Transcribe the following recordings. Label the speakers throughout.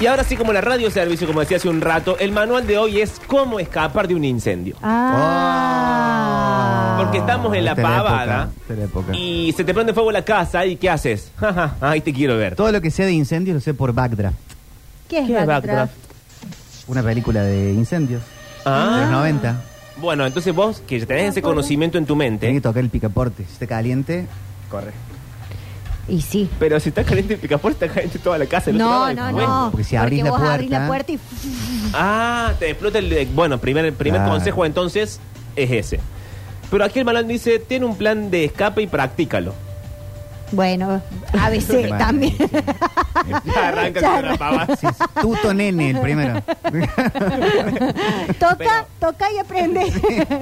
Speaker 1: Y ahora sí, como la radio servicio, como decía hace un rato, el manual de hoy es cómo escapar de un incendio.
Speaker 2: Ah.
Speaker 1: Porque estamos en la
Speaker 3: Esta es
Speaker 1: pavada
Speaker 3: época, esta es la época.
Speaker 1: y se te prende fuego la casa y ¿qué haces? Jaja, Ahí te quiero ver.
Speaker 3: Todo lo que sea de incendios lo sé por Backdraft.
Speaker 2: ¿Qué es
Speaker 1: ¿Qué es backdraft?
Speaker 2: backdraft?
Speaker 3: Una película de incendios de
Speaker 1: Ah.
Speaker 3: los 90.
Speaker 1: Bueno, entonces vos que ya tenés ese conocimiento en tu
Speaker 3: Tenés que
Speaker 1: mente,
Speaker 3: tocar el picaporte. Si está caliente, corre.
Speaker 2: Y sí.
Speaker 1: pero si está caliente el picaporte, está caliente toda la casa. el otro lado
Speaker 2: No,
Speaker 1: del
Speaker 2: no,
Speaker 1: fuego.
Speaker 2: no.
Speaker 3: Porque si abrís la
Speaker 2: vos
Speaker 3: puerta-
Speaker 2: abrís la puerta y
Speaker 1: Ah, te explota el. Bueno, primer, primer
Speaker 3: Claro.
Speaker 1: consejo entonces es ese. Pero aquí el manual dice: tiene un plan de escape y practícalo.
Speaker 2: Bueno, a veces
Speaker 3: Bueno,
Speaker 2: también.
Speaker 3: sí.
Speaker 1: Ya arranca
Speaker 2: Ya
Speaker 1: con la pava.
Speaker 3: Sí, sí. Tuto nene, el primero.
Speaker 2: toca,
Speaker 1: Pero-
Speaker 2: toca y aprende.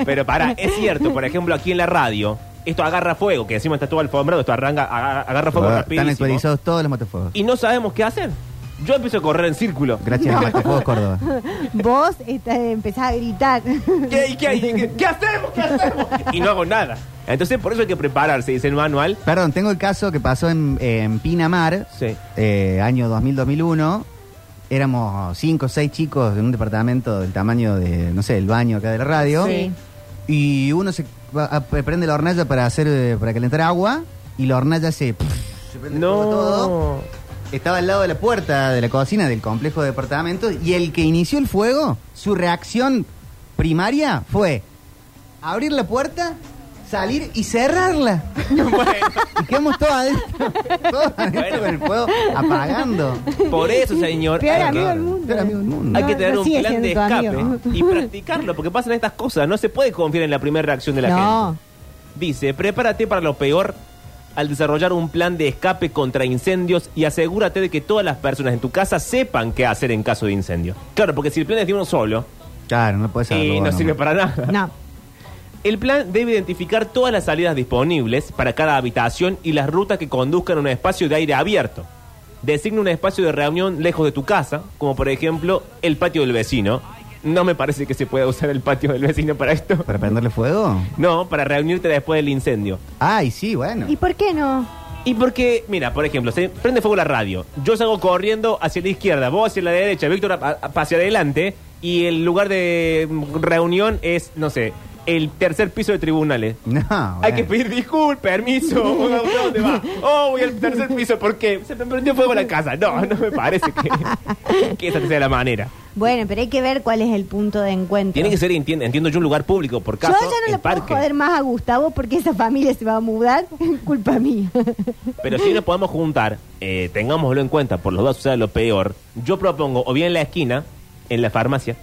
Speaker 1: Pero para, es cierto, por ejemplo, aquí en la radio, esto agarra fuego, que encima está todo alfombrado, esto arranca, aga- agarra fuego
Speaker 3: Están
Speaker 1: rapidísimo.
Speaker 3: actualizados todos los matafuegos.
Speaker 1: Y no sabemos qué hacer. Yo empiezo a correr en círculo.
Speaker 3: Gracias a Matafuegos Córdoba.
Speaker 2: Vos está- empezás a gritar.
Speaker 1: ¿Qué, y qué, y qué- qué hacemos? ¿Qué hacemos? Y no hago nada. Entonces, por eso hay que prepararse, dice el manual.
Speaker 3: Perdón, tengo el caso que pasó en, en Pinamar,
Speaker 1: Sí.
Speaker 3: eh, año 2000-2001. Éramos cinco o seis chicos en un departamento del tamaño de, no sé, el baño acá de la radio.
Speaker 2: Sí.
Speaker 3: Y uno se va- a- prende la hornalla para hacer eh, para calentar agua y la hornalla se, se prende fuego todo.
Speaker 1: No.
Speaker 3: Estaba al lado de la puerta de la cocina del complejo de departamentos y el que inició el fuego, su reacción primaria fue abrir la puerta, salir y cerrarla.
Speaker 1: Bueno.
Speaker 3: Y quedamos todos adentro, todos adentro
Speaker 1: Bueno.
Speaker 3: con el fuego apagando.
Speaker 1: Por eso, señor.
Speaker 2: Peor
Speaker 1: hay-
Speaker 2: amigo del
Speaker 3: Peor amigo del
Speaker 2: mundo.
Speaker 3: mundo.
Speaker 1: Hay que
Speaker 2: No,
Speaker 1: tener
Speaker 2: no
Speaker 1: un
Speaker 2: sigue
Speaker 1: plan de
Speaker 2: siendo tu
Speaker 1: escape
Speaker 2: amigo.
Speaker 1: y practicarlo, porque pasan estas cosas. No se puede confiar en la primera reacción de la
Speaker 2: No.
Speaker 1: gente. Dice, prepárate para lo peor al desarrollar un plan de escape contra incendios y asegúrate de que todas las personas en tu casa sepan qué hacer en caso de incendio. Claro, porque si el plan es de uno solo,
Speaker 3: Claro, no puedes saberlo.
Speaker 1: y no
Speaker 3: vos,
Speaker 1: sirve
Speaker 3: nomás.
Speaker 1: para nada.
Speaker 2: No.
Speaker 1: El plan debe identificar todas las salidas disponibles para cada habitación y las rutas que conduzcan a un espacio de aire abierto. Designa un espacio de reunión lejos de tu casa, como por ejemplo el patio del vecino. No me parece que se pueda usar el patio del vecino para esto.
Speaker 3: ¿Para prenderle fuego?
Speaker 1: No, para reunirte después del incendio.
Speaker 3: Ay, sí, bueno.
Speaker 2: ¿Y por qué no?
Speaker 1: Y porque, mira, por ejemplo, se prende fuego la radio. Yo salgo corriendo hacia la izquierda, vos hacia la derecha, Víctor a- a- hacia adelante. Y el lugar de mm, reunión es, no sé, el tercer piso de tribunales.
Speaker 3: No,
Speaker 1: Hay
Speaker 3: bueno.
Speaker 1: que pedir disculpas, permiso. Hola, ¿Dónde va? Oh, voy al tercer piso. ¿Por qué? Se me prendió fuego la casa. No, no me parece que, que esa sea la manera.
Speaker 2: Bueno, pero hay que ver cuál es el punto de encuentro.
Speaker 1: Tiene que ser, entien- entiendo yo, un lugar público, por caso,
Speaker 2: Yo ya no
Speaker 1: el
Speaker 2: le puedo
Speaker 1: parque.
Speaker 2: joder más a Gustavo porque esa familia se va a mudar. Culpa mía.
Speaker 1: Pero si nos podemos juntar, eh, tengámoslo en cuenta, por los dos sucede lo peor. Yo propongo, o bien en la esquina, en la farmacia,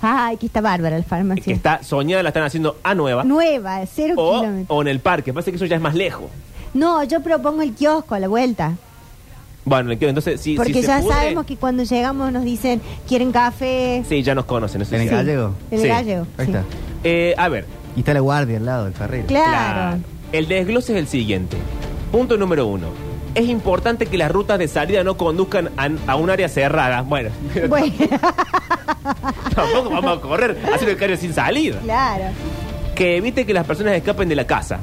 Speaker 2: Ay, que Ah, está bárbara la farmacia.
Speaker 1: que está Oh, soñada, la están haciendo a nueva,
Speaker 2: Nueva, cero
Speaker 1: o,
Speaker 2: kilómetros.
Speaker 1: o en el parque. Parece que eso ya es más lejos.
Speaker 2: No, yo propongo el kiosco a la vuelta.
Speaker 1: Bueno, entonces, si, si
Speaker 2: Porque
Speaker 1: se
Speaker 2: ya
Speaker 1: pudre,
Speaker 2: sabemos que cuando llegamos nos dicen, ¿quieren café?
Speaker 1: Sí, ya nos conocen. eso
Speaker 3: ¿En el
Speaker 1: sí.
Speaker 3: gallego?
Speaker 2: El
Speaker 1: Sí.
Speaker 2: gallo.
Speaker 3: Ahí
Speaker 2: sí.
Speaker 3: está.
Speaker 1: Eh, a ver,
Speaker 3: Y está la guardia al lado del ferrero.
Speaker 2: Claro.
Speaker 1: El desglose es el siguiente. Punto número uno. Es importante que las rutas de salida no conduzcan a, a un área cerrada. Bueno,
Speaker 2: Bueno,
Speaker 1: tampoco vamos a correr hacer el carril sin salida.
Speaker 2: claro.
Speaker 1: Que evite que las personas escapen de la casa.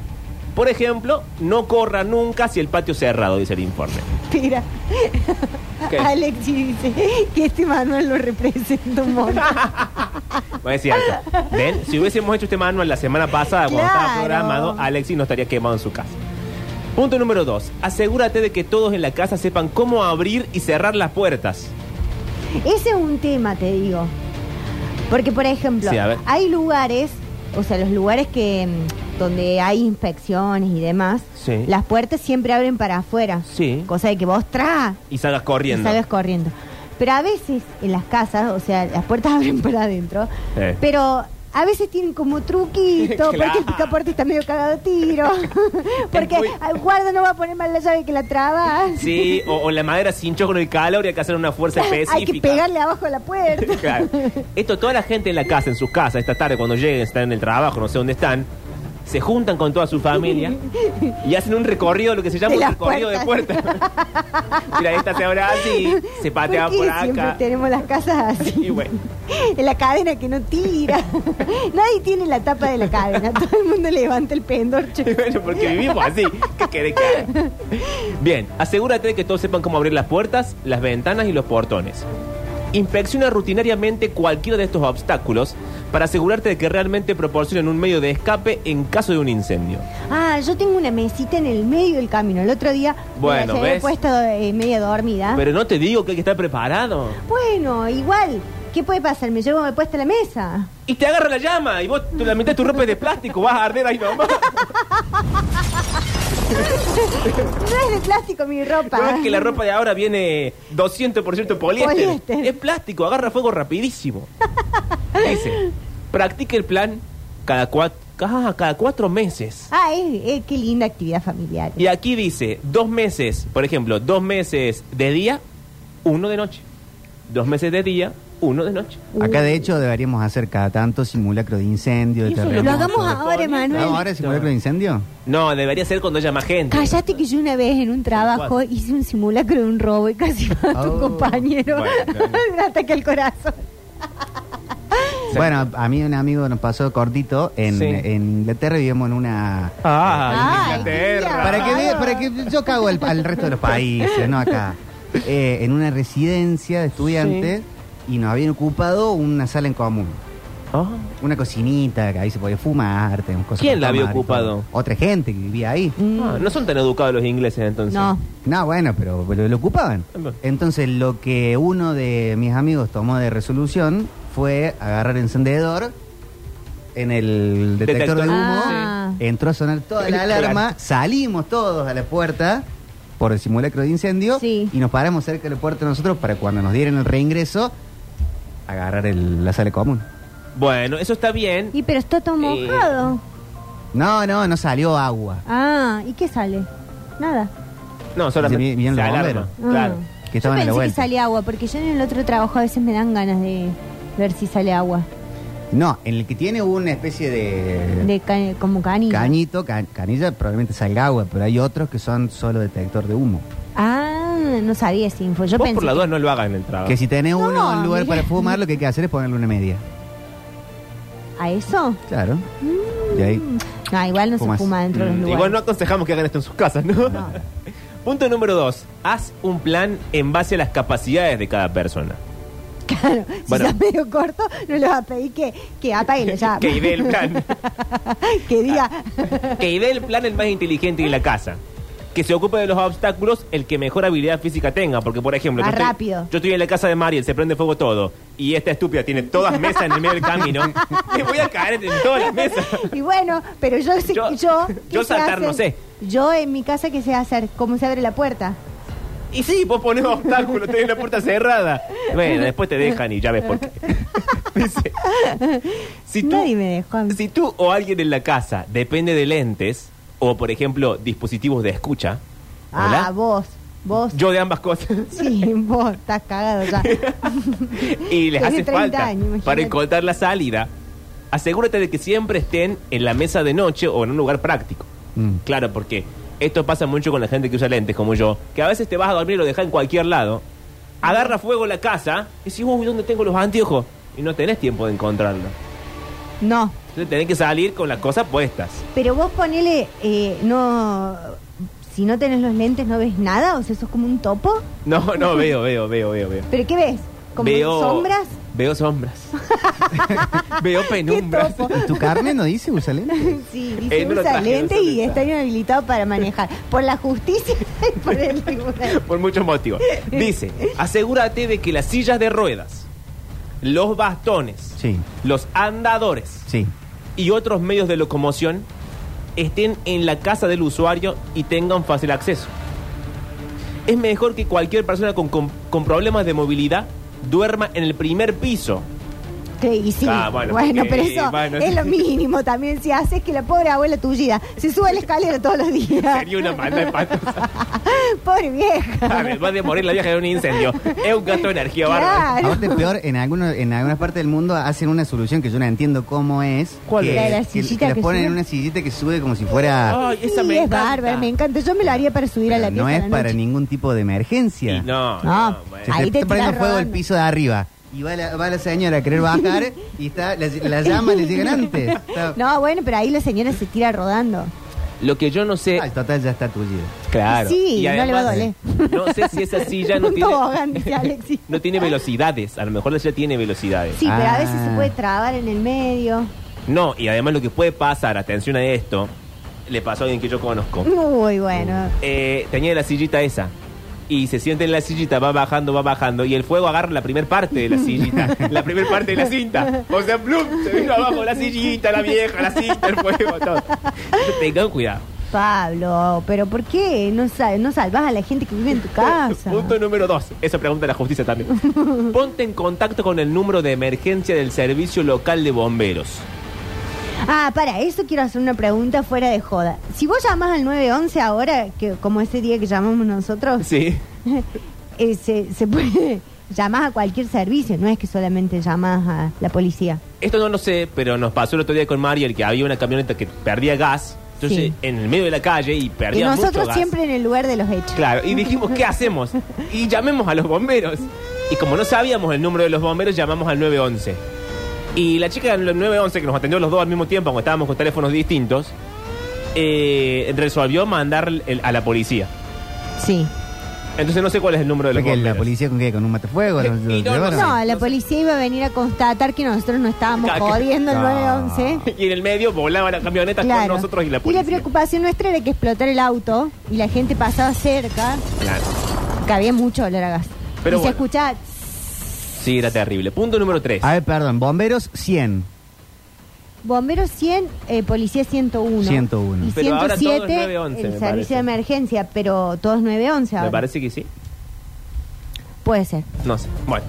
Speaker 1: Por ejemplo, no corra nunca hacia el patio cerrado, dice el informe.
Speaker 2: Mira,
Speaker 1: ¿Qué?
Speaker 2: Alex dice que este manual lo representa un montón.
Speaker 1: Va a decir algo. ¿Ven? Si hubiésemos hecho este manual la semana pasada, cuando estaba
Speaker 2: Claro.
Speaker 1: programado, Alexis no estaría quemado en su casa. Punto número dos. Asegúrate de que todos en la casa sepan cómo abrir y cerrar las puertas.
Speaker 2: Ese es un tema, te digo. Porque, por ejemplo,
Speaker 1: Sí, a ver.
Speaker 2: hay lugares, o sea, los lugares que mm, donde hay inspecciones y demás,
Speaker 1: Sí.
Speaker 2: las puertas siempre abren para afuera.
Speaker 1: Sí.
Speaker 2: Cosa de que vos tra
Speaker 1: Y salgas
Speaker 2: y
Speaker 1: corriendo.
Speaker 2: salgas corriendo. Pero a veces en las casas, o sea, las puertas abren para adentro,
Speaker 1: Eh.
Speaker 2: pero a veces tienen como truquito, porque el
Speaker 1: Claro.
Speaker 2: picaporte está medio cagado a tiro, porque
Speaker 1: muy-
Speaker 2: al guarda no va a poner mal la llave que la traba.
Speaker 1: Sí, o, o la madera se hinchó con el calor y hay que hacer una fuerza específica.
Speaker 2: Hay que pegarle abajo a la puerta.
Speaker 1: Claro. Esto, toda la gente en la casa, en sus casas, esta tarde cuando lleguen, están en el trabajo, no sé dónde están, se juntan con toda su familia y hacen un recorrido, lo que se llama
Speaker 2: De
Speaker 1: un
Speaker 2: las
Speaker 1: recorrido de puertas. Mira, esta se abre así, se patea
Speaker 2: ¿Por qué
Speaker 1: por
Speaker 2: siempre
Speaker 1: acá.
Speaker 2: tenemos las casas así?
Speaker 1: Y bueno.
Speaker 2: En la cadena que no tira. Nadie tiene la tapa de la cadena. Todo el mundo levanta el pendorcho.
Speaker 1: Y bueno, porque vivimos así. ¿Qué querés que haga? Bien, asegúrate de que todos sepan cómo abrir las puertas, las ventanas y los portones. Inspecciona rutinariamente cualquiera de estos obstáculos para asegurarte de que realmente proporcionen un medio de escape en caso de un incendio.
Speaker 2: Ah, yo tengo una mesita en el medio del camino. El otro día
Speaker 1: Bueno,
Speaker 2: me la llevé
Speaker 1: ¿ves?
Speaker 2: puesta eh, media dormida.
Speaker 1: Pero no te digo que hay que estar preparado.
Speaker 2: Bueno, igual. ¿Qué puede pasar? Me llevo me puesta la mesa.
Speaker 1: Y te agarra la llama y vos tú- la mitad de tu ropa es de plástico, vas a arder ahí nomás.
Speaker 2: No es de plástico mi ropa.
Speaker 1: No es que la ropa de ahora viene 200% poliéster.
Speaker 2: Poliéster.
Speaker 1: Es plástico, agarra fuego rapidísimo. Dice, practique el plan cada, cua- ah, cada cuatro meses.
Speaker 2: Ah, es, es- qué linda actividad familiar.
Speaker 1: Y aquí dice, dos meses, por ejemplo, dos meses de día, uno de noche. Dos meses de día, uno de noche.
Speaker 3: Acá, de hecho, deberíamos hacer cada tanto simulacro de incendio, de
Speaker 1: Y eso lo-
Speaker 3: terremoto.
Speaker 2: Uh. Lo hagamos
Speaker 1: Vamos,
Speaker 2: ahora,
Speaker 1: Poli.
Speaker 2: Manuel.
Speaker 3: ¿Hagamos ahora simulacro de incendio?
Speaker 1: No, debería ser cuando haya más gente.
Speaker 2: Cállate que yo una vez en un trabajo
Speaker 1: ¿Cuál?
Speaker 2: hice un simulacro de un robo y casi mato a tu
Speaker 3: Oh.
Speaker 2: compañero.
Speaker 1: Bueno,
Speaker 2: Un ataque al corazón.
Speaker 3: Bueno, a mí un amigo nos pasó cortito. En,
Speaker 1: Sí.
Speaker 3: en Inglaterra vivíamos en una...
Speaker 1: Ah,
Speaker 2: Ay,
Speaker 1: Inglaterra.
Speaker 2: tía.
Speaker 3: Para que, vea- para que yo cago al, al resto de los países, no acá. Eh, en una residencia de estudiantes y nos habían ocupado una sala en común.
Speaker 1: Ah,
Speaker 3: Una cocinita que ahí se podía fumar, tenemos cosas
Speaker 1: ¿Quién
Speaker 3: para
Speaker 1: la había
Speaker 3: tomar y
Speaker 1: ocupado?
Speaker 3: todo. Otra gente que vivía ahí.
Speaker 1: ah, no son tan educados los ingleses entonces.
Speaker 2: Mm, No.
Speaker 3: No, bueno, pero lo, lo ocupaban. Entonces lo que uno de mis amigos tomó de resolución fue agarrar encendedor en el
Speaker 1: Detector.
Speaker 3: detector, de humo,
Speaker 2: Ah.
Speaker 3: entró a sonar toda la
Speaker 1: Claro.
Speaker 3: alarma, salimos todos a la puerta por el simulacro de incendio
Speaker 2: Sí.
Speaker 3: y nos paramos cerca de la puerta nosotros para cuando nos dieran el reingreso agarrar el- la sala común.
Speaker 1: Bueno, eso está bien.
Speaker 2: Y pero está todo
Speaker 1: Eh.
Speaker 2: mojado.
Speaker 3: No, no, no salió agua.
Speaker 2: Ah, ¿y qué sale? Nada.
Speaker 1: No, solamente
Speaker 3: Vi- vieron
Speaker 1: se
Speaker 3: los
Speaker 1: alarma.
Speaker 2: Ah.
Speaker 1: Claro.
Speaker 3: Que
Speaker 2: yo
Speaker 3: estaban a la
Speaker 2: pensé que
Speaker 3: vuelta.
Speaker 2: salía agua, porque yo en el otro trabajo a veces me dan ganas de ver si sale agua.
Speaker 3: No, en el que tiene una especie de,
Speaker 2: De ca- como canilla.
Speaker 3: Cañito, ca- canilla, probablemente salga agua, pero hay otros que son solo detector de humo.
Speaker 2: Ah, no sabía esa info. Yo
Speaker 1: Vos
Speaker 2: pensé
Speaker 1: por la duda no lo hagas en el trabajo.
Speaker 3: Que si tenés
Speaker 2: Ah. No,
Speaker 3: uno en lugar
Speaker 2: mira.
Speaker 3: para fumar, lo que hay que hacer es ponerle una media.
Speaker 2: a eso.
Speaker 3: Claro.
Speaker 2: Mm.
Speaker 3: Y ahí.
Speaker 2: No, igual no se
Speaker 3: Fumas.
Speaker 2: fuma dentro de los
Speaker 1: Mm,
Speaker 2: lugares.
Speaker 1: Igual no aconsejamos que hagan esto en sus casas, ¿no?
Speaker 2: No.
Speaker 1: Punto número dos. Haz un plan en base a las capacidades de cada persona.
Speaker 2: Claro,
Speaker 1: Bueno.
Speaker 2: si está medio corto, no le va a pedir que, que apague la llama.
Speaker 1: Que idee el plan.
Speaker 2: que diga.
Speaker 1: que idee el plan el más inteligente de la casa. Que se ocupe de los obstáculos el que mejor habilidad física tenga. Porque, por ejemplo,
Speaker 2: Más
Speaker 1: yo, estoy,
Speaker 2: rápido.
Speaker 1: yo estoy en la casa de Mariel, se prende fuego todo. Y esta estúpida tiene todas mesas en el medio del camino. Me voy a caer en todas las mesas.
Speaker 2: Y bueno, pero yo sé
Speaker 1: Yo-
Speaker 2: que yo. ¿qué
Speaker 1: yo
Speaker 2: sé
Speaker 1: saltar no
Speaker 2: hacer? Yo en mi casa, ¿qué sé hacer? ¿Cómo se abre la puerta?
Speaker 1: Y sí, vos ponés obstáculos, tenés la puerta cerrada. Bueno, después te dejan y ya ves por qué. Dice, si tú,
Speaker 2: Nadie me dejó. a mí.
Speaker 1: si tú o alguien en la casa depende de lentes o, por ejemplo, dispositivos de escucha,
Speaker 2: ah,
Speaker 1: ¿hola?
Speaker 2: vos. Vos.
Speaker 1: yo de ambas cosas,
Speaker 2: Sí, vos. Estás cagado ya.
Speaker 1: y les
Speaker 2: Tenés
Speaker 1: hace
Speaker 2: 30
Speaker 1: falta
Speaker 2: años, imagínate.
Speaker 1: para encontrar la salida, asegúrate de que siempre estén en la mesa de noche o en un lugar práctico.
Speaker 3: mm.
Speaker 1: Claro, porque esto pasa mucho con la gente que usa lentes como yo, que a veces te vas a dormir y lo dejas en cualquier lado, agarra fuego la casa y decís, uy, ¿dónde tengo los anteojos? Y no tenés tiempo de encontrarlo.
Speaker 2: No.
Speaker 1: Entonces tenés que salir con las cosas puestas.
Speaker 2: Pero vos ponele. eh, no. Si no tenés los lentes, ¿no ves nada? O sea, sos como un topo.
Speaker 1: No, no, veo, veo, veo, veo, veo.
Speaker 2: ¿Pero qué ves? ¿Como
Speaker 1: veo,
Speaker 2: sombras?
Speaker 1: Veo sombras. veo penumbras.
Speaker 2: topo.
Speaker 3: ¿Y tu carne no dice usa lentes?
Speaker 2: Sí, dice
Speaker 1: Eh, no lo
Speaker 2: usa
Speaker 1: traje,
Speaker 2: lente
Speaker 1: no
Speaker 2: y
Speaker 1: está.
Speaker 2: está inhabilitado para manejar. Por la justicia y por el tribunal.
Speaker 1: Por muchos motivos. Dice, asegúrate de que las sillas de ruedas, los bastones,
Speaker 3: Sí,
Speaker 1: los andadores,
Speaker 3: sí.
Speaker 1: y otros medios de locomoción estén en la casa del usuario y tengan fácil acceso. Es mejor que cualquier persona con, con- con problemas de movilidad duerma en el primer piso
Speaker 2: Que- y sí,
Speaker 1: Ah, bueno,
Speaker 2: bueno,
Speaker 1: porque-
Speaker 2: pero eso
Speaker 1: bueno.
Speaker 2: es lo mínimo también. Si haces que la pobre abuela tuya se suba a la escalera todos los días.
Speaker 1: Sería una maldad espantosa.
Speaker 2: Pobre vieja.
Speaker 1: A ver, va a morir la vieja de un incendio. Es un gasto de energía, bárbaro. Ah,
Speaker 2: Claro.
Speaker 3: Aparte, peor, en, algunos, en algunas partes del mundo hacen una solución que yo no entiendo cómo es.
Speaker 1: ¿Cuál
Speaker 3: que,
Speaker 1: es? La de
Speaker 2: la
Speaker 3: que-
Speaker 2: sillita
Speaker 3: que
Speaker 2: que
Speaker 3: les ponen
Speaker 2: sube.
Speaker 3: en una sillita que sube como si fuera...
Speaker 1: Ay, esa
Speaker 2: Sí,
Speaker 1: me
Speaker 2: es
Speaker 1: encanta.
Speaker 2: bárbara, me encanta. Yo me lo haría para subir a la
Speaker 3: no
Speaker 2: pieza a
Speaker 3: es
Speaker 2: la
Speaker 3: para
Speaker 2: noche.
Speaker 3: ningún tipo de emergencia.
Speaker 1: Y no,
Speaker 2: No.
Speaker 1: no, bueno.
Speaker 3: Se
Speaker 2: Ahí
Speaker 3: te
Speaker 2: te
Speaker 3: está prendiendo
Speaker 2: tira
Speaker 3: fuego el
Speaker 2: rodando.
Speaker 3: piso de arriba. Y va la, va la señora a querer bajar y está, la, la llama le llegan antes. Está-
Speaker 2: No, bueno, pero ahí la señora se tira rodando.
Speaker 1: Lo que yo no sé.
Speaker 3: Ah, el total ya está tullido.
Speaker 1: Claro.
Speaker 2: Sí,
Speaker 1: Y
Speaker 2: no le va a
Speaker 1: además, No sé si esa silla no
Speaker 2: Un tobogán, dice
Speaker 1: tiene.
Speaker 2: Alexis.
Speaker 1: no tiene velocidades. A lo mejor la silla tiene velocidades.
Speaker 2: Sí, pero
Speaker 3: Ah.
Speaker 2: a veces se puede trabar en el medio.
Speaker 1: No, y además lo que puede pasar, atención a esto, le pasó a alguien que yo conozco.
Speaker 2: Muy bueno.
Speaker 1: Eh, tenía la sillita esa. Y se siente en la sillita, va bajando, va bajando. Y el fuego agarra la primer parte de la sillita. la primer parte de la cinta. O sea, ¡plum! Se vino abajo la sillita, la vieja, la cinta, el fuego, todo. Tengan cuidado.
Speaker 2: Pablo, pero ¿por qué no, sa- no salvas a la gente que vive en tu casa?
Speaker 1: Punto número dos. Esa pregunta de la justicia también. Ponte en contacto con el número de emergencia del servicio local de bomberos.
Speaker 2: Ah, para, eso quiero hacer una pregunta fuera de joda. Si vos llamás al 911 ahora, que como ese día que llamamos nosotros,
Speaker 1: Sí.
Speaker 2: eh, se, se puede... Llamás a cualquier servicio, no es que solamente llamás a la policía.
Speaker 1: Esto no lo sé, pero nos pasó el otro día con Mariel que había una camioneta que perdía gas. Entonces,
Speaker 2: Sí.
Speaker 1: en el medio de la calle y
Speaker 2: Y
Speaker 1: perdía mucho
Speaker 2: nosotros
Speaker 1: gas.
Speaker 2: siempre en el lugar de los hechos.
Speaker 1: Claro, y dijimos, ¿qué hacemos? Y llamemos a los bomberos. Y como no sabíamos el número de los bomberos, llamamos al 911. Y la chica del 911, que nos atendió los dos al mismo tiempo, aunque estábamos con teléfonos distintos, eh, resolvió mandar el- a la policía.
Speaker 2: Sí.
Speaker 1: Entonces no sé cuál es el número de los
Speaker 3: Porque
Speaker 1: bomberos.
Speaker 3: la policía con qué, con un matafuego.
Speaker 1: Eh,
Speaker 3: los-
Speaker 1: y
Speaker 3: los
Speaker 1: no, no
Speaker 3: llevaron.
Speaker 1: sé.
Speaker 2: No, la policía iba a venir a constatar que nosotros no estábamos
Speaker 1: Claro que-
Speaker 2: jodiendo el
Speaker 3: No.
Speaker 2: 911.
Speaker 1: Y en el medio volaba la camioneta
Speaker 2: Claro.
Speaker 1: con nosotros y la policía.
Speaker 2: preocupación nuestra era que explotara el auto y la gente pasaba cerca,
Speaker 1: Claro.
Speaker 2: que había mucho olor a gas.
Speaker 1: Pero
Speaker 2: y
Speaker 1: bueno.
Speaker 2: se escuchaba,
Speaker 1: Sí, era terrible. Punto número 3.
Speaker 3: A ver, perdón, bomberos 100.
Speaker 2: bomberos 100, eh, policía 101.
Speaker 3: 101.
Speaker 2: Y
Speaker 1: Pero ahora
Speaker 2: 107,
Speaker 1: todo es 911, me
Speaker 2: el servicio
Speaker 1: parece.
Speaker 2: de emergencia, pero todos 911 ahora.
Speaker 1: Me parece que sí.
Speaker 2: Puede ser.
Speaker 1: No sé. Bueno.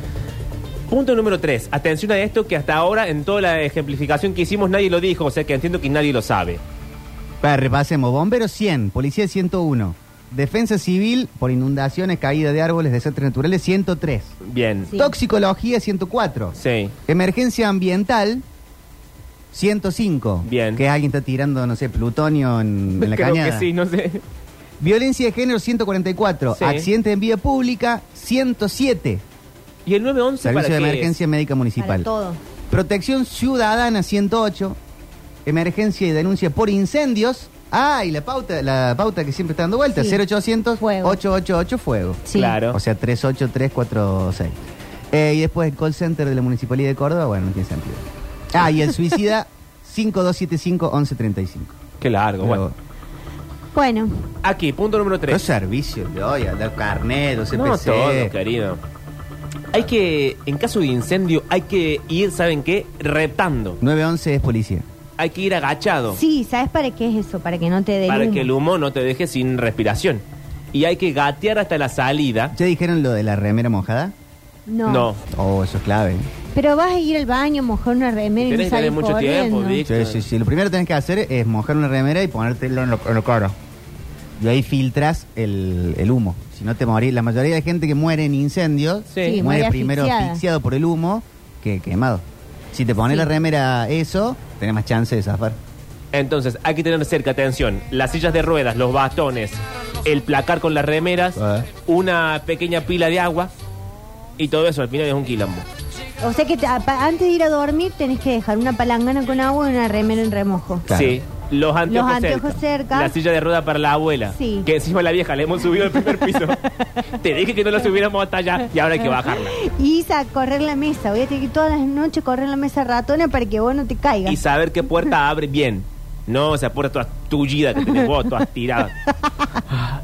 Speaker 1: Punto número 3. Atención a esto que hasta ahora en toda la ejemplificación que hicimos nadie lo dijo, o sea que entiendo que nadie lo sabe.
Speaker 3: Para, repasemos. Bomberos 100, policía 101. Defensa civil por inundaciones, caída de árboles, desastres naturales 103.
Speaker 1: Bien.
Speaker 2: Sí.
Speaker 3: Toxicología 104.
Speaker 1: Sí.
Speaker 3: Emergencia ambiental 105.
Speaker 1: Bien.
Speaker 3: Que alguien está tirando, no sé, plutonio en, en la
Speaker 1: Creo
Speaker 3: cañada.
Speaker 1: que sí, no sé.
Speaker 3: Violencia de género 144.
Speaker 1: Sí.
Speaker 3: Accidente en vía pública 107.
Speaker 1: ¿Y el 911
Speaker 3: Servicio de
Speaker 1: para qué
Speaker 3: emergencia médica
Speaker 2: Para
Speaker 3: municipal.
Speaker 2: todo.
Speaker 3: Protección ciudadana 108. Emergencia y denuncia por incendios. Ah, y la pauta, la pauta que siempre está dando vuelta,
Speaker 2: Sí.
Speaker 3: 0800
Speaker 2: Fuego.
Speaker 3: 888 fuego.
Speaker 1: es?
Speaker 2: Sí.
Speaker 1: Claro.
Speaker 3: O sea, 38346. Eh, y después el call center de la Municipalidad de Córdoba, bueno, no tiene sentido. Ah, y el suicida 5275-1135.
Speaker 1: qué largo. Bueno.
Speaker 3: Luego,
Speaker 2: Bueno,
Speaker 1: Aquí, punto número
Speaker 3: Los
Speaker 1: 3.
Speaker 3: servicios de hoy, andar carnet, los
Speaker 1: No
Speaker 3: CPC.
Speaker 1: todo, querido. Hay que, en caso de incendio, hay que ir, ¿saben qué? Reptando.
Speaker 3: 911 es policía.
Speaker 1: Hay que ir agachado.
Speaker 2: sí, ¿sabes para qué es eso? Para que no te dé
Speaker 1: para
Speaker 2: humo.
Speaker 1: que el humo no te deje sin respiración. Y hay que gatear hasta la salida.
Speaker 3: ¿Ya dijeron lo de la remera mojada?
Speaker 2: No.
Speaker 3: Oh, eso es clave.
Speaker 2: Pero vas a ir al baño, mojar una remera
Speaker 1: Tenés
Speaker 2: y no
Speaker 1: que
Speaker 2: salir
Speaker 1: tener mucho tiempo,
Speaker 2: corriendo.
Speaker 1: Vic.
Speaker 3: Sí, sí, sí. Lo primero que tenés que hacer es mojar una remera y ponértelo en lo, en lo coro. Y ahí filtras el, el humo. Si no te morís, la mayoría de gente que muere en incendios
Speaker 1: Sí,
Speaker 3: muere,
Speaker 2: muere
Speaker 3: primero
Speaker 2: asfixiada.
Speaker 3: asfixiado por el humo que quemado. Si te pones
Speaker 2: Sí.
Speaker 3: la remera eso, tenés más chance de zafar.
Speaker 1: Entonces, hay que tener cerca, atención, las sillas de ruedas, los bastones, el placar con las remeras,
Speaker 3: Ah.
Speaker 1: una pequeña pila de agua y todo eso al final es un quilombo.
Speaker 2: O sea que te- apa- antes de ir a dormir tenés que dejar una palangana con agua y una remera en remojo.
Speaker 3: Claro.
Speaker 1: Sí, los anteojos,
Speaker 2: Los anteojos cerca.
Speaker 1: La silla de ruedas para la abuela.
Speaker 2: Sí.
Speaker 1: Que encima la vieja le hemos subido al primer piso. Te dije que no la subiéramos hasta allá y
Speaker 2: Ah.
Speaker 1: ahora hay que bajarla.
Speaker 2: Y Isa, correr la mesa. Voy a tener que todas las noches correr la mesa ratona para que vos no te caigas.
Speaker 1: Y saber qué puerta abre bien. No esa puerta toda tullida que tenés vos, toda tirada.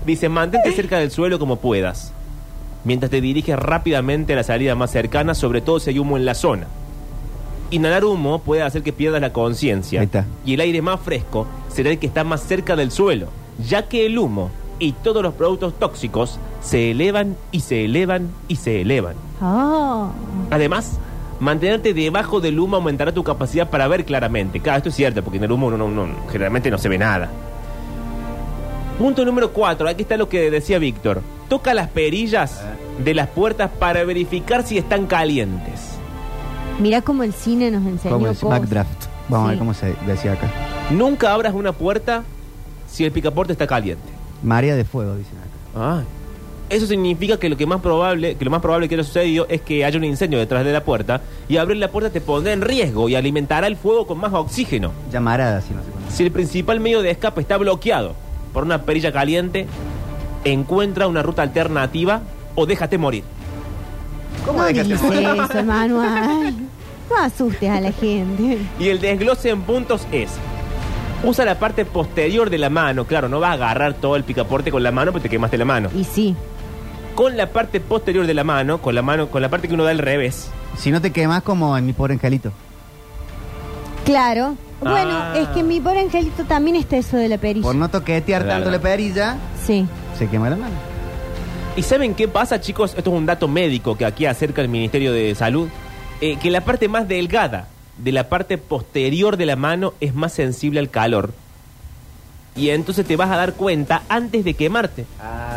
Speaker 1: Dice, mantente cerca del suelo como puedas. Mientras te diriges rápidamente a la salida más cercana, sobre todo si hay humo en la zona. Inhalar humo puede hacer que pierdas la conciencia.
Speaker 3: Ahí está.
Speaker 1: Y el aire más fresco será el que está más cerca del suelo, ya que el humo y todos los productos tóxicos se elevan y se elevan y se elevan.
Speaker 2: Oh.
Speaker 1: Además, Mantenerte debajo del humo aumentará tu capacidad para ver claramente. Claro, esto es cierto, porque en el humo uno no- no- generalmente no se ve nada. Punto número 4. Aquí está lo que decía Víctor. Toca las perillas de las puertas para verificar si están calientes.
Speaker 2: Mirá cómo el cine nos enseñó
Speaker 3: ¿Cómo es?
Speaker 2: cosas.
Speaker 3: Backdraft. Vamos a ver
Speaker 2: Sí.
Speaker 3: cómo se decía acá.
Speaker 1: Nunca abras una puerta si el picaporte está caliente.
Speaker 3: Marea de fuego, dicen acá.
Speaker 1: Ah. Eso significa que lo que más probable, que lo más probable que haya sucedido es que haya un incendio detrás de la puerta y abrir la puerta te pondrá en riesgo y alimentará el fuego con más oxígeno.
Speaker 3: Llamarada, si no se conoce.
Speaker 1: Si el principal medio de escape está bloqueado por una perilla caliente, encuentra una ruta alternativa o déjate morir.
Speaker 2: no
Speaker 3: de que
Speaker 2: dice
Speaker 3: te-
Speaker 2: eso, hermano. Ay, no asustes a la gente.
Speaker 1: Y el desglose en puntos es. Usa la parte posterior de la mano, claro, no vas a agarrar todo el picaporte con la mano porque te quemaste la mano.
Speaker 2: Y sí,
Speaker 1: Con la parte posterior de la mano, con la mano, con la parte que uno da al revés.
Speaker 3: Si no te quemas como en mi pobre angelito.
Speaker 2: claro. Bueno,
Speaker 1: Ah.
Speaker 2: es que en mi pobre angelito también está eso de la perilla.
Speaker 3: Por no toquetear
Speaker 1: Claro.
Speaker 3: tanto la perilla,
Speaker 2: Sí.
Speaker 3: se quema la mano.
Speaker 1: ¿Y saben qué pasa, chicos? Esto es un dato médico que aquí acerca el Ministerio de Salud. eh, que la parte más delgada de la parte posterior de la mano es más sensible al calor. Y entonces te vas a dar cuenta antes de quemarte.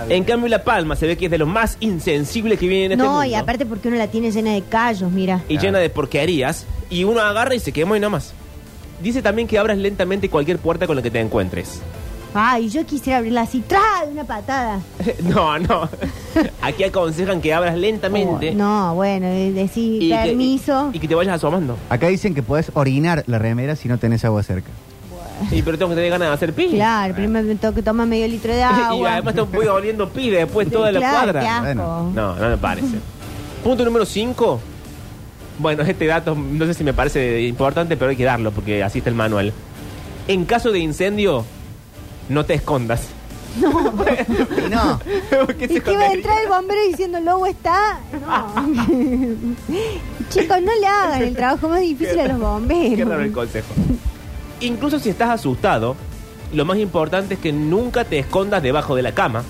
Speaker 1: en cambio, la palma se ve que es de los más insensibles que viene en este
Speaker 2: no,
Speaker 1: mundo.
Speaker 2: y aparte porque uno la tiene llena de callos, mira.
Speaker 1: y llena de porquerías. Y uno agarra y se quema y nada más. Dice también que abras lentamente cualquier puerta con la que te encuentres.
Speaker 2: Ay, yo quisiera abrirla así, ¡tra! de una patada.
Speaker 1: no, no. Aquí aconsejan que abras lentamente.
Speaker 2: Oh, no, bueno, eh, decir
Speaker 1: y que-
Speaker 2: permiso.
Speaker 1: y- y que te vayas asomando.
Speaker 3: Acá dicen que puedes orinar la remera si no tenés agua cerca.
Speaker 1: Y pero tengo que tener ganas de hacer pis.
Speaker 2: Claro, primero me tengo que tomar medio litro de agua.
Speaker 1: y además te voy oliendo pis después toda la
Speaker 2: Claro,
Speaker 1: cuadra.
Speaker 2: qué asco.
Speaker 3: Bueno,
Speaker 1: No, no me parece. Punto número 5. Bueno, este dato no sé si me parece importante, pero hay que darlo porque así está el manual. En caso de incendio, no te escondas.
Speaker 3: Y no,
Speaker 1: Porque se
Speaker 2: Y que iba a
Speaker 1: escondería.
Speaker 2: entrar el bombero diciendo Lobo está. No. Chicos, no le hagan el trabajo más difícil a los
Speaker 1: Qué raro el
Speaker 2: bomberos.
Speaker 1: consejo. Incluso si estás asustado, lo más importante es que nunca te escondas debajo de la cama,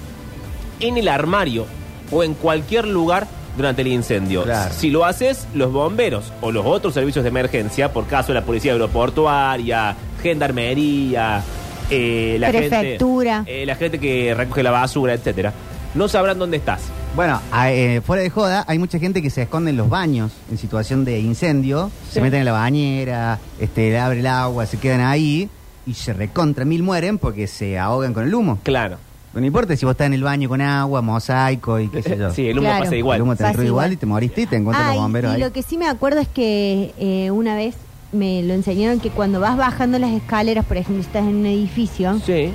Speaker 1: en el armario o en cualquier lugar durante el incendio.
Speaker 3: Claro.
Speaker 1: Si lo haces, los bomberos o los otros servicios de emergencia, por caso la policía aeroportuaria, gendarmería, eh, la
Speaker 2: Prefectura.
Speaker 1: gente, eh, la gente que recoge la basura, etcétera, no sabrán dónde estás.
Speaker 3: Bueno, a- eh, fuera de joda, hay mucha gente que se esconde en los baños en situación de incendio, se meten en la bañera, este, le abre el agua, se quedan ahí y se recontra mil mueren porque se ahogan con el humo.
Speaker 1: Claro.
Speaker 3: No importa si vos estás en el baño con agua, mosaico y qué sé yo.
Speaker 1: Sí, el humo
Speaker 2: Claro.
Speaker 1: pasa igual.
Speaker 3: El humo te
Speaker 2: Pasa
Speaker 3: entró
Speaker 2: igual.
Speaker 3: igual y te moriste y te encuentran
Speaker 2: Ah,
Speaker 3: los
Speaker 2: y,
Speaker 3: bomberos
Speaker 2: y
Speaker 3: ahí.
Speaker 2: lo que sí me acuerdo es que eh, una vez me lo enseñaron que cuando vas bajando las escaleras, por ejemplo, si estás en un edificio,
Speaker 1: Sí,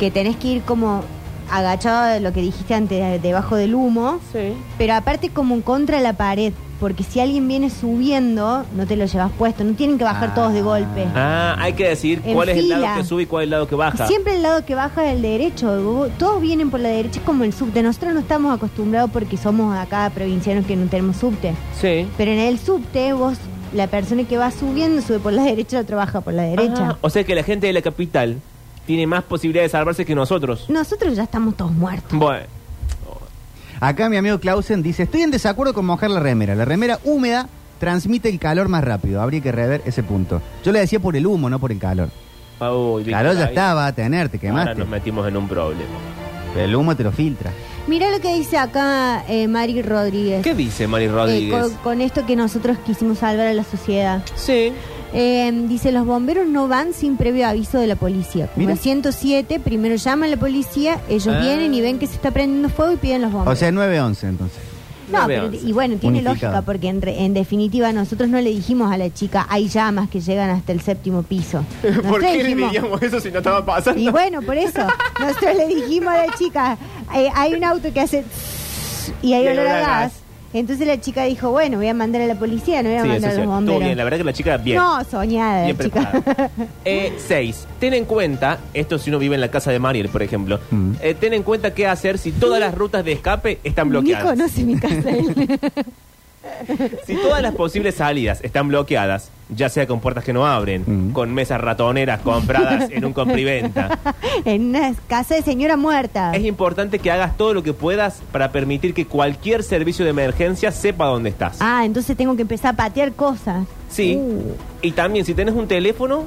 Speaker 2: que tenés que ir como agachado de lo que dijiste antes, de- debajo del humo,
Speaker 1: sí.
Speaker 2: pero aparte como contra la pared, porque si alguien viene subiendo, no te lo llevas puesto, no tienen que bajar
Speaker 3: Ah.
Speaker 2: todos de golpe.
Speaker 1: Ah, hay que decidir
Speaker 2: En
Speaker 1: cuál es el lado
Speaker 2: fila.
Speaker 1: que sube y cuál es el lado que baja.
Speaker 2: Siempre el lado que baja es el derecho. vos- Todos vienen por la derecha, es como el subte. Nosotros no estamos acostumbrados porque somos acá provincianos que no tenemos subte.
Speaker 1: Sí.
Speaker 2: Pero en el subte, vos, la persona que va subiendo sube por la derecha, la otra baja por la derecha.
Speaker 1: Ah, o sea que la gente de la capital tiene más posibilidad de salvarse que nosotros.
Speaker 2: Nosotros ya estamos todos muertos.
Speaker 1: Bueno,
Speaker 3: Acá mi amigo Clausen dice, estoy en desacuerdo con mojar la remera. La remera húmeda transmite el calor más rápido. Habría que rever ese punto. Yo le decía por el humo, no por el calor.
Speaker 1: uy,
Speaker 3: El
Speaker 1: Víctor,
Speaker 3: calor ya
Speaker 1: ahí-
Speaker 3: estaba a tener, te
Speaker 1: Ahora
Speaker 3: quemaste.
Speaker 1: nos metimos en un problema.
Speaker 3: Pero el humo te lo filtra.
Speaker 2: Mirá lo que dice acá eh, Mari Rodríguez.
Speaker 1: ¿Qué dice Mari
Speaker 2: Eh,
Speaker 1: Rodríguez?
Speaker 2: con, con esto que nosotros quisimos salvar a la sociedad.
Speaker 1: Sí.
Speaker 2: Eh, dice, los bomberos no van sin previo aviso de la policía. Como
Speaker 3: Mira.
Speaker 2: el 107, primero llaman a la policía, ellos
Speaker 1: Ah.
Speaker 2: vienen y ven que se está prendiendo fuego y piden los bomberos.
Speaker 3: O sea, 9-11 entonces.
Speaker 2: No,
Speaker 1: No,
Speaker 2: pero,
Speaker 1: vean,
Speaker 2: y bueno, tiene
Speaker 3: unificado.
Speaker 2: lógica porque en, re- en definitiva nosotros no le dijimos a la chica, hay llamas que llegan hasta el séptimo piso. Nosotros
Speaker 1: ¿Por qué le
Speaker 2: dijimos-
Speaker 1: diríamos eso si no estaba pasando?
Speaker 2: Y bueno, por eso, nosotros le dijimos a la chica, "Eh, hay un auto que hace tss y hay
Speaker 1: Y hay
Speaker 2: olor a
Speaker 1: olor a
Speaker 2: gas.
Speaker 1: gas.
Speaker 2: Entonces la chica dijo, bueno, voy a mandar a la policía, no voy a
Speaker 1: sí, eso
Speaker 2: mandar
Speaker 1: es
Speaker 2: a los
Speaker 1: cierto. Estuvo bien, la
Speaker 2: bomberos.
Speaker 1: verdad que la chica bien.
Speaker 2: No, soñada
Speaker 1: Bien
Speaker 2: la chica.
Speaker 1: preparada. Eh, seis. Ten en cuenta, esto si uno vive en la casa de Mariel, por ejemplo,
Speaker 3: Mm.
Speaker 1: eh, ten en cuenta qué hacer si todas las rutas de escape están
Speaker 2: Ni
Speaker 1: bloqueadas.
Speaker 2: conoce mi casa. él.
Speaker 1: Si todas las posibles salidas están bloqueadas, ya sea con puertas que no abren,
Speaker 3: Mm.
Speaker 1: con mesas ratoneras compradas en un compriventa,
Speaker 2: en una casa de señora muerta.
Speaker 1: es importante que hagas todo lo que puedas para permitir que cualquier servicio de emergencia sepa dónde estás.
Speaker 2: Ah, entonces tengo que empezar a patear cosas.
Speaker 1: Sí.
Speaker 2: Uh.
Speaker 1: Y también si tenés un teléfono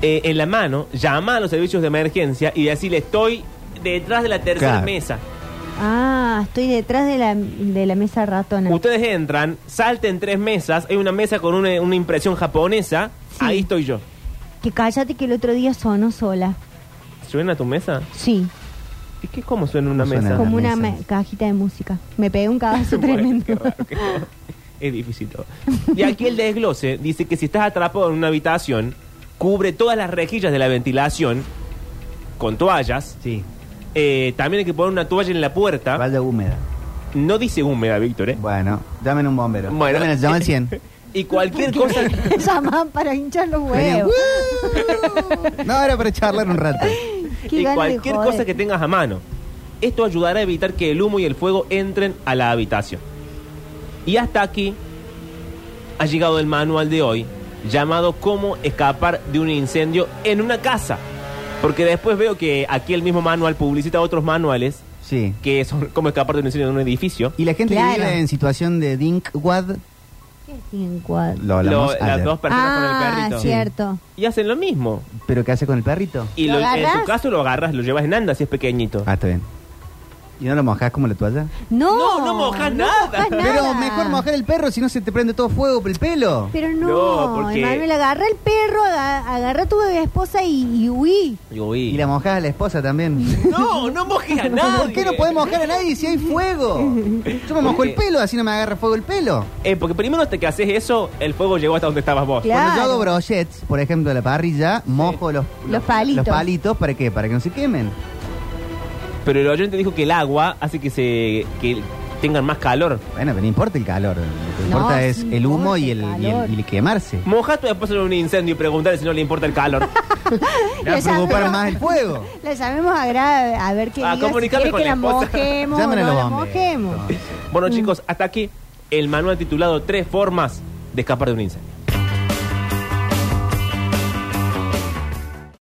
Speaker 1: eh, en la mano, llama a los servicios de emergencia y decirle estoy detrás de la tercera
Speaker 3: Claro.
Speaker 1: mesa.
Speaker 2: Ah, estoy detrás de la, de la mesa ratona.
Speaker 1: Ustedes entran, salten tres mesas, hay una mesa con una, una impresión japonesa,
Speaker 2: Sí.
Speaker 1: ahí estoy yo.
Speaker 2: Que cállate que el otro día sonó sola.
Speaker 1: ¿Suena tu mesa?
Speaker 2: Sí,
Speaker 1: ¿Y qué cómo suena una
Speaker 3: ¿Cómo suena?
Speaker 1: mesa?
Speaker 2: como
Speaker 3: la
Speaker 2: una
Speaker 3: mesa.
Speaker 2: me- cajita de música. Me pegué un cagazo
Speaker 1: Bueno,
Speaker 2: tremendo.
Speaker 1: qué raro, qué raro. Es difícil todo. Y aquí el desglose dice que si estás atrapado en una habitación, cubre todas las rejillas de la ventilación con toallas.
Speaker 3: Sí,
Speaker 1: Eh, también hay que poner una toalla en la puerta.
Speaker 3: valla ¿Ah? húmeda.
Speaker 1: No dice húmeda, Víctor, ¿eh?
Speaker 3: Bueno, llamen un bombero.
Speaker 1: Bueno.
Speaker 3: Llamen, llamen 100.
Speaker 1: Y cualquier cosa.
Speaker 2: Llamaban para hinchar los
Speaker 3: Venían,
Speaker 2: huevos.
Speaker 3: "Woo". no, era para charlar un rato.
Speaker 2: Qué
Speaker 1: y
Speaker 2: ganas de
Speaker 1: cualquier
Speaker 2: joder.
Speaker 1: cosa que tengas a mano. Esto ayudará a evitar que el humo y el fuego entren a la habitación. Y hasta aquí ha llegado el manual de hoy, llamado Cómo escapar de un incendio en una casa. Porque después veo que aquí el mismo manual publicita otros manuales
Speaker 3: Sí.
Speaker 1: que son cómo escapar de un incendio en un edificio.
Speaker 3: Y la gente que
Speaker 2: Claro.
Speaker 3: vive en situación de dinkwad,
Speaker 2: ¿Qué es bien cuadro?
Speaker 3: lo
Speaker 1: Lo-
Speaker 3: hablamos
Speaker 1: las
Speaker 3: ayer.
Speaker 1: dos personas
Speaker 2: Ah,
Speaker 1: con el perrito.
Speaker 2: cierto.
Speaker 1: Y hacen lo mismo.
Speaker 3: ¿Pero qué hace con el perrito?
Speaker 1: Y
Speaker 2: ¿Lo
Speaker 1: lo- en tu
Speaker 2: agarras?
Speaker 1: caso lo agarras, lo llevas en anda si es pequeñito.
Speaker 3: Ah, está bien. ¿Y no lo mojás como la toalla?
Speaker 2: No,
Speaker 1: No, no mojas nada.
Speaker 2: mojas nada.
Speaker 3: Pero mejor mojar el perro, si no se te prende todo fuego por el pelo.
Speaker 2: Pero no,
Speaker 1: No, porque-
Speaker 2: Emanuel, agarra el perro, aga- agarra a tu esposa y, y huí.
Speaker 1: Y, uy.
Speaker 3: Y la mojás a la esposa también.
Speaker 1: No, no mojes a nadie.
Speaker 3: ¿Por qué no podés mojar a nadie si hay fuego? Yo me mojo el pelo, así no me agarra fuego el pelo.
Speaker 1: Eh, porque primero hasta que haces eso, el fuego llegó hasta donde estabas vos.
Speaker 2: Claro.
Speaker 3: Cuando yo hago brochets, por ejemplo, de la parrilla, mojo los,
Speaker 2: Los palitos.
Speaker 3: los palitos, ¿para qué? Para que no se quemen.
Speaker 1: Pero el oyente dijo que el agua hace que se que tengan más calor.
Speaker 3: Bueno, pero no importa el calor. Lo que
Speaker 2: No,
Speaker 3: importa
Speaker 2: sí
Speaker 3: es el humo
Speaker 2: importa
Speaker 3: y
Speaker 2: el
Speaker 3: el, y el-
Speaker 2: calor.
Speaker 3: y el quemarse.
Speaker 1: Moja tu esposa en un incendio y preguntarle si no le importa el calor.
Speaker 3: Me va a
Speaker 2: Ya
Speaker 3: preocupar
Speaker 2: sabemos.
Speaker 3: más el fuego.
Speaker 2: La llamemos a Gra a ver qué
Speaker 1: A
Speaker 2: diga, si
Speaker 1: comunicarme
Speaker 2: quiere
Speaker 1: Ah, con
Speaker 2: que
Speaker 1: la
Speaker 2: la
Speaker 1: esposa.
Speaker 2: mojemos o
Speaker 3: Llamen a
Speaker 2: no
Speaker 3: los
Speaker 2: la
Speaker 3: bomberos.
Speaker 2: mojemos.
Speaker 1: bueno, chicos, hasta aquí el manual titulado Tres formas de escapar de un incendio.